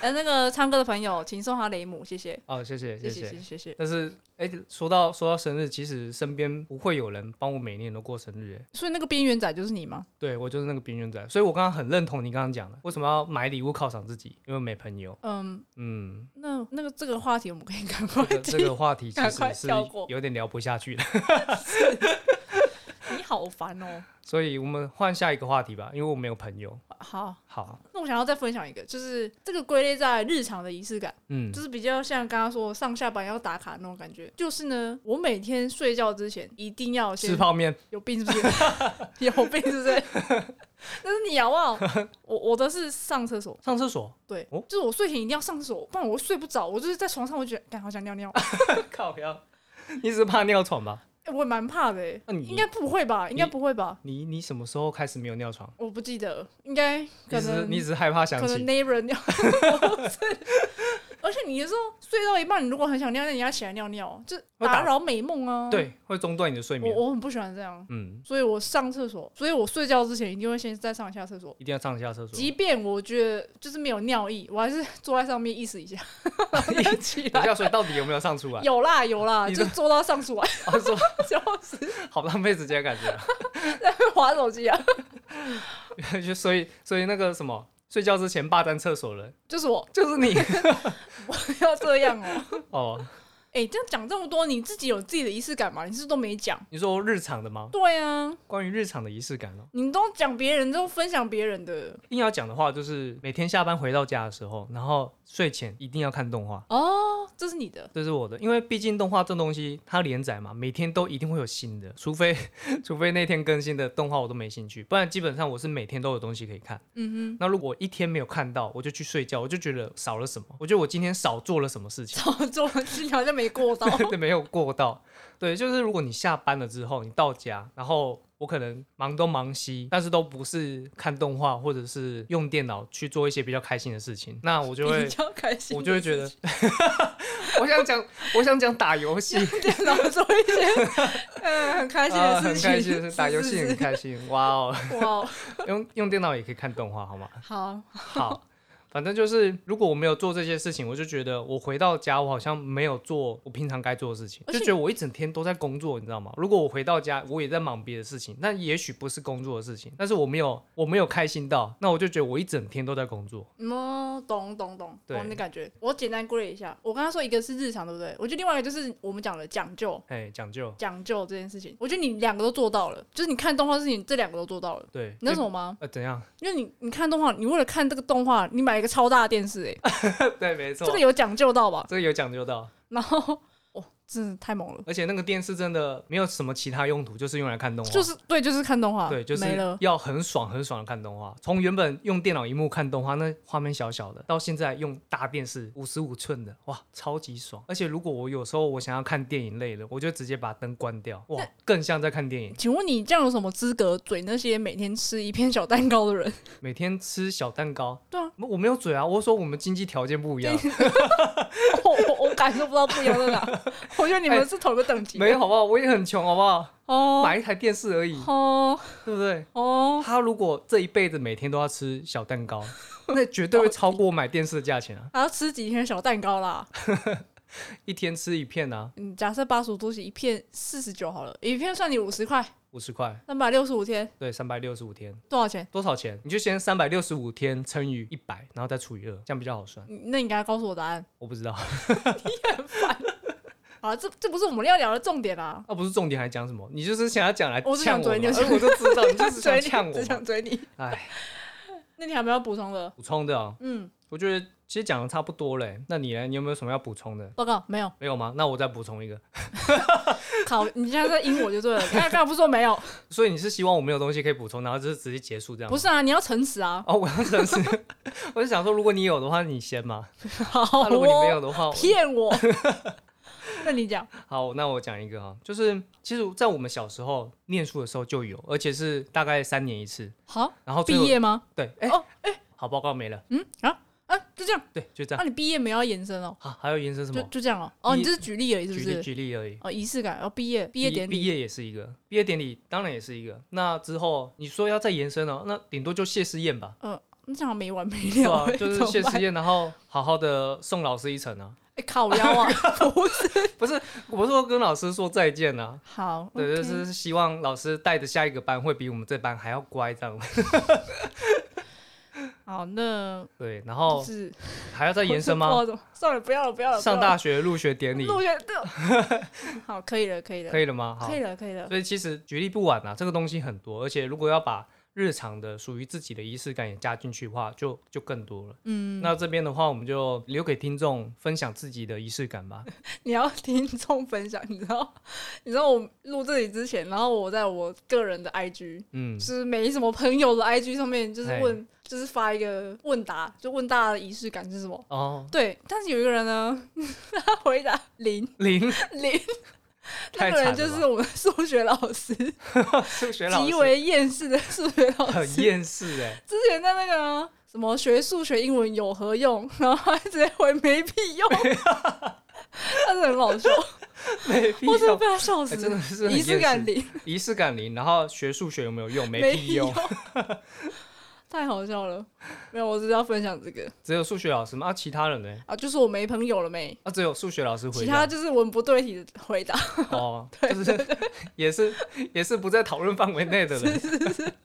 呃，那个唱歌的朋友，请送他雷姆，谢谢，
哦，谢谢
谢谢，
谢
谢
谢。
谢谢谢。
但是，哎、说到说到生日，其实身边不会有人帮我每年都过生日，哎
所以那个边缘仔就是你吗？
对我就是那个边缘仔，所以我刚刚很认同你刚刚讲的，为什么要买礼物犒赏自己？因为没朋友。
嗯，
嗯，
那那个这个话题我们可以赶快
这
[laughs]
个这
听。
个话题其
赶
实
快
是
跳过
有点聊不下去的， [laughs]
你好烦哦。
所以我们换下一个话题吧，因为我没有朋友。
好，
好，
那我想要再分享一个，就是这个归类在日常的仪式感。
嗯
就是比较像刚刚说上下班要打卡那种感觉。就是呢，我每天睡觉之前一定要
吃
先
泡面，
有病是不是？ [laughs] 有病是不是？那是你好不好？我我的是上厕所，
上
[laughs]
厕所，
对，
哦
就是我睡前一定要上厕所，不然我会睡不着。我就是在床上，我就觉得干好想尿
[laughs]
尿，
靠腰， [laughs] 你只是怕尿床吧？
哎我也蛮怕的、欸。
那嗯你
应该不会吧？应该不会吧？
你你什么时候开始没有尿床？
我不记得，应该
你
可
只是
能
你只是害怕想
可能
起，
neighbor 尿， [laughs] 不是而且你有时候睡到一半，你如果很想尿尿，你要起来尿尿，就
会打
打扰美梦啊。，
对，会中断你的睡
我
眠。
我很不喜欢这样，
嗯，
所以我上厕所，所以我睡觉之前一定会先再上一下厕所。
一定要上一下厕所。
即便我觉得就是没有尿意，我还是坐在上面意识一
[laughs]
下，然后再起
等一
来。
下，所以到底有没有上出来？
有啦有啦，
你
就
的
坐到上出来，
[laughs] 我说
就是 [laughs]
好浪费时间的感觉。啊
在划手机啊，
[laughs] 就所以所以那个什么，睡觉之前霸占厕所了， [laughs]
[laughs] 就是我
就是你
不要这样哦、
哦。
哎、哎、这样讲这么多，你自己有自己的仪式感吗？你是不是都没讲？
你说日常的吗？
对啊，
关于日常的仪式感哦，
你都讲别人，都分享别人的
硬要讲的话，就是每天下班回到家的时候，然后睡前一定要看动画。
哦，这是你的 [laughs]
这是我的，因为毕竟动画这东西它连载嘛，每天都一定会有新的，除非 [laughs] 除非那天更新的动画我都没兴趣，不然基本上我是每天都有东西可以看。嗯哼，那如果我一天没有看到，我就去睡觉，我就觉得少了什么，我觉得我今天少做了什么事情。
操作，你好像没过到。
[laughs] 对，没有过到。对，就是如果你下班了之后，你到家，然后我可能忙东忙西，但是都不是看动画或者是用电脑去做一些比较开心的事情，那我就
[laughs]
会
比，较开心，
我就会觉得， [laughs] 我想讲，我想讲打游戏，
电脑
[laughs]
做一些嗯很开心
啊
的
很
事情，
开
[laughs]
心，打游戏很开心，哇哦，
心。
[laughs]
哇，
用用电脑也可以看动画，
[laughs]
好吗？
好，
好。反正就是，如果我没有做这些事情，我就觉得我回到家，我好像没有做我平常该做的事情，
而
就
且
觉得我一整天都在工作，你知道吗？如果我回到家，我也在忙别的事情，那也许不是工作的事情，但是我没有我没有开心到，那我就觉得我一整天都在工作。
嗯，懂懂懂，
对
懂你的感觉。我简单归类一下，我刚刚说一个是日常，对不对？我觉得另外一个就是我们讲的讲究。
哎，讲究
讲究这件事情，我觉得你两个都做到了，就是你看动画事情，这两个都做到了。
对，
你知道
这
什么吗？
呃怎样？ [laughs]
因为你你看动画，你为了看这个动画，你买一个超大的电
[laughs]
视、欸，
对，没错，
这个有讲究到吧？
这个有讲究到，
然后， [laughs] 哦，真的太猛了，
而且那个电视真的没有什么其他用途，就是用来看动画，
就是对，就是看动画，
对，就是
没了。
要很爽很爽的看动画。从原本用电脑荧幕看动画，那画面小小的，到现在用大电视五十五寸的，哇，超级爽！而且如果我有时候我想要看电影类的，我就直接把灯关掉，哇，更像在看电影。
请问你这样有什么资格嘴那些每天吃一片小蛋糕的
[laughs]
人？
每天吃小蛋糕，
对啊，
我没有嘴啊，我说我们经济条件不一样，
我我我感受不到不一样在
[laughs]
哪，我觉得你们是同一个等级的。
没有好不好？我也很穷好不好？
哦
买一台电视而已，
哦
对不对？
哦，
他如果这一辈子每天都要吃小
[laughs]
蛋糕，那绝对会超过我买电视的价钱啊！
还要吃几天小蛋糕啦？
一天吃一片啊，
嗯，假设八十五度是一片四十九好了，一片算你五十块，
五十块，
三百六十五天
对，三百六十五天
多少钱？
多少钱？你就先三百六十五天乘以一百，然后再除以二，这样比较好算。
嗯那你刚才告诉我答案。
我不知道， [laughs]
好，这这不是我们要聊的重点啦。
哦那、不是重点，还讲什么？你就是想要讲来
我是想
呛我
追
嘛，
你
哎我就知道你就是想
追 [laughs]
呛
你，
我
只
嘛。
想追你。
哎，
那你还有没有要补充的？
补充的、哦，
嗯，
我觉得其实讲的差不多嘞。那你呢？你有没有什么要补充的？
报告没有。
没有吗？那我再补充一个。 [laughs]
考，你现在在阴我就对了。 [laughs] 刚才刚才不是说没
[laughs]
有？
所以你是希望我没有东西可以补充，然后就是直接结束这样吗？
不是啊，你要诚实啊。
哦，我要诚实， [laughs] 我就想说，如果你有的话，你先嘛。
好
那如果你没
[laughs] 哦，
有的话，我
骗我。 [laughs] 那你讲，
[laughs] 好，那我讲一个哈，就是其实，在我们小时候念书的时候就有，而且是大概三年一次。
好，
然哦后最
毕
后
业吗？
对，哎、
哦
好，报告没了，
嗯啊啊，就这样。
对，就这
那
样。
你毕业没有要延伸哦？
好、还有延伸什
就
么？
就这样哦。哦，
毕
你
业
这是举例而已，是不
举例
是？
举例而已。
哦，仪式感，哦，毕业毕业典
毕
礼，
业也是一个，毕业典礼当然也是一个。那之后你说要再延伸哦，那顶多就谢师宴吧，
那这样没完没
对
了
吧、
欸，
就是
怎么
谢师
办
宴，然后好好的送老师一程啊。
[laughs] 哎，烤腰
[laughs]
啊，不是。
不是，我说跟老师说再见啊。
好，
对，就
OK
是希望老师带着下一个班会比我们这班还要乖这样。
好，那
对，然
就
后
是
还要再哦延伸吗？
我是不知道怎么算了，不要了，不要了。
上
不要了
大学入学典礼
入学
[laughs]
对，好，可以了，可以了，
可以了吗？好
可，以了，可以了。
所以其实举例不完啊，这个东西很多，而且如果要把日常的属于自己的仪式感也加进去的话，就就更多了。嗯，那这边的话，我们就留给听众分享自己的仪式感吧。
你要听众分享，你知道，你知道我录这里之前，然后我在我个人的 IG，
嗯哎
就，是没什么朋友的 IG 上面，就是
嘿
问，就是发一个问答，就问大家的仪式感是什么。
哦，
对，但是有一个人呢， [laughs] 他回答零
零
零，
太
那
惨
个
了
人
吧
就是我们数学老师，
数学老
极
师
为厌世的数学老师
[laughs] 很， [laughs] 厌世哎、
之前在那个啊什么学数学英文有何用， [laughs] 然后他直接回没屁
[laughs]
用，但是很好笑，
没必
[laughs] 我真的
要。
被他笑
哎
死
真的
了。
是很
仪式
厌
感
世
零，
仪式感零，然后学数学有没有用？没
没
屁用，
[laughs] 太好笑了。没有，我只是要分享这个
只有数学老师吗？啊，其他人呢？
啊，就是我没朋友了没？
啊，只有数学老师
其
回
他
答
就是文不对题的回答，
[laughs] 哦，就是也是也是不在讨论范围内的人，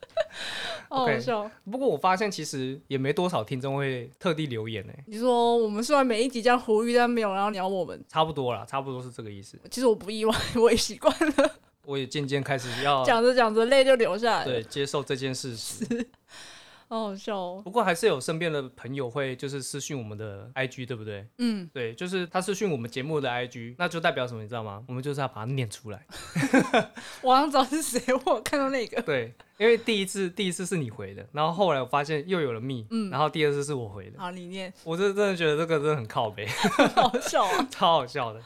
[laughs] 好好笑。
不过我发现其实也没多少听众会特地留言呢、欸
你说我们虽然每一集这样呼吁，但没有人要鸟我们，
差不多啦，差不多是这个意思。
其实我不意外， [laughs] 我也习惯了。
我也渐渐开始要
讲着讲着泪就流下来了
对，接受这件事实。
好好笑哦。
不过还是有身边的朋友会就是私讯我们的 IG，对不对？
嗯，
对，就是他私讯我们节目的 IG，那就代表什么，你知道吗？我们就是要把它念出来。
我好像知道是谁， [laughs] 我有看到那个。
对，因为第一次第一次是你回的，然后后来我发现又有了密，
嗯
然后第二次是我回的，
好，你念，
我是真的觉得这个真的很靠北，
[laughs] 好好笑啊！
[laughs] 超好笑的。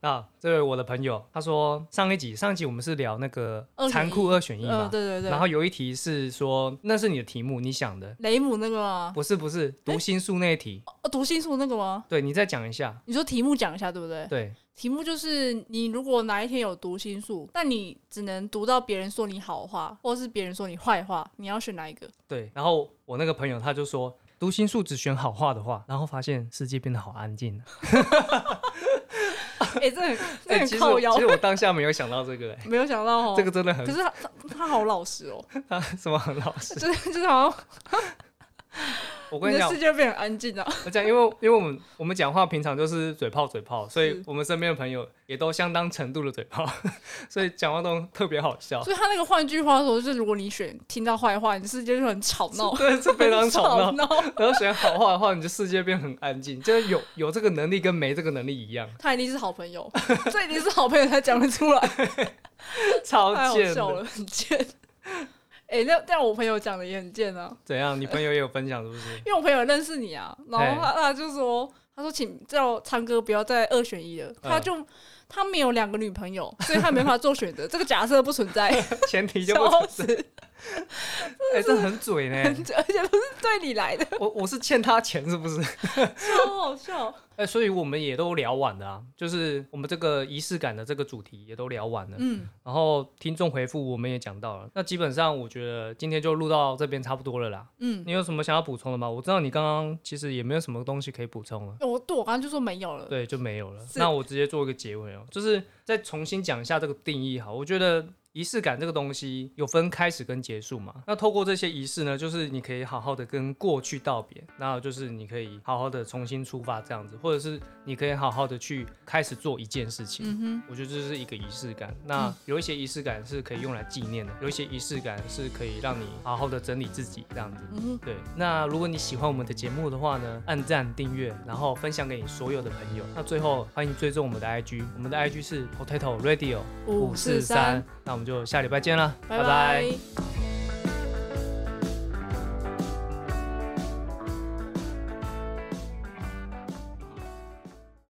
那这位我的朋友，他说上一集上一集我们是聊那个
二选一
残酷二选一嘛
嗯，，对对对。
然后有一题是说那是你的题目，你想的
雷姆那个吗？
不是不是读心术那一题，
哦，读心术那个吗？
对你再讲一下，
你说题目讲一下，对不对？
对
题目就是你如果哪一天有读心术，但你只能读到别人说你好话，或是别人说你坏话，你要选哪一个？
对，然后我那个朋友他就说读心术只选好话的话，然后发现世界变得好安静啊，
[laughs] 哎、这很 [laughs] 这
哎其
很
实
靠
我
腰
其，实我当下没有想到这个、哎
没有想到哦。
这个真的
[laughs]
很
可是他他他好老实哦，
啊，什么很老实？
就是就是好像
我跟
你
你
的
讲
世，界变得很安静啊。
[laughs] 我讲，因为因为我们我们讲话平常就是嘴炮嘴炮，所以
是
我们身边的朋友也都相当程度的嘴炮， [laughs] 所以讲话都特别好笑。
所以他那个换句话说，就是如果你选听到坏话，你世界就很吵闹，
对，是非常吵闹。
闹。
然后选好话的话，你就世界变很安静，就是有有这个能力跟没这个能力一
[laughs]
样，
他一定是好朋友， [laughs] 这一定是好朋友才讲得出来。
超
太好
贱
笑
的。
了，很贱。哎、那但我朋友讲的也很贱啊，
怎样？你朋友也有分享是
[laughs]
不是？
因为我朋友认识你啊，然后他他就说，他说请叫昌哥不要再二选一了，
嗯
他就、他没有两个女朋友，所以他没办法做选择，这个假设不存
[laughs]
在，
前提就不
笑
存
死
在。，哎、这很嘴呢。
而且都是对你来的，
我我是欠他钱是不是？ [laughs]
超好笑。
哎、所以我们也都聊完了啊，就是我们这个仪式感的这个主题也都聊完了。
嗯，
然后听众回复我们也讲到了，那基本上我觉得今天就录到这边差不多了啦。
嗯，
你有什么想要补充的吗？我知道你刚刚其实也没有什么东西可以补充了。
嗯我对我刚刚就说没有了，
对，就没有了。
是
那我直接做一个结尾哦，就是再重新讲一下这个定义好。我觉得仪式感这个东西有分开始跟结束嘛。那透过这些仪式呢，就是你可以好好的跟过去道别，那就是你可以好好的重新出发这样子，或者是你可以好好的去开始做一件事情。
嗯
我觉得这是一个仪式感。那有一些仪式感是可以用来纪念的，有一些仪式感是可以让你好好的整理自己这样子。
哼，嗯哼，
对，那如果你喜欢我们的节目的话呢，按赞、订阅，然后分享给你所有的朋友。那最后欢迎追踪我们的 IG，我们的 IG 是 Potato Radio
五四三，，
那我们就下礼拜见了，
拜拜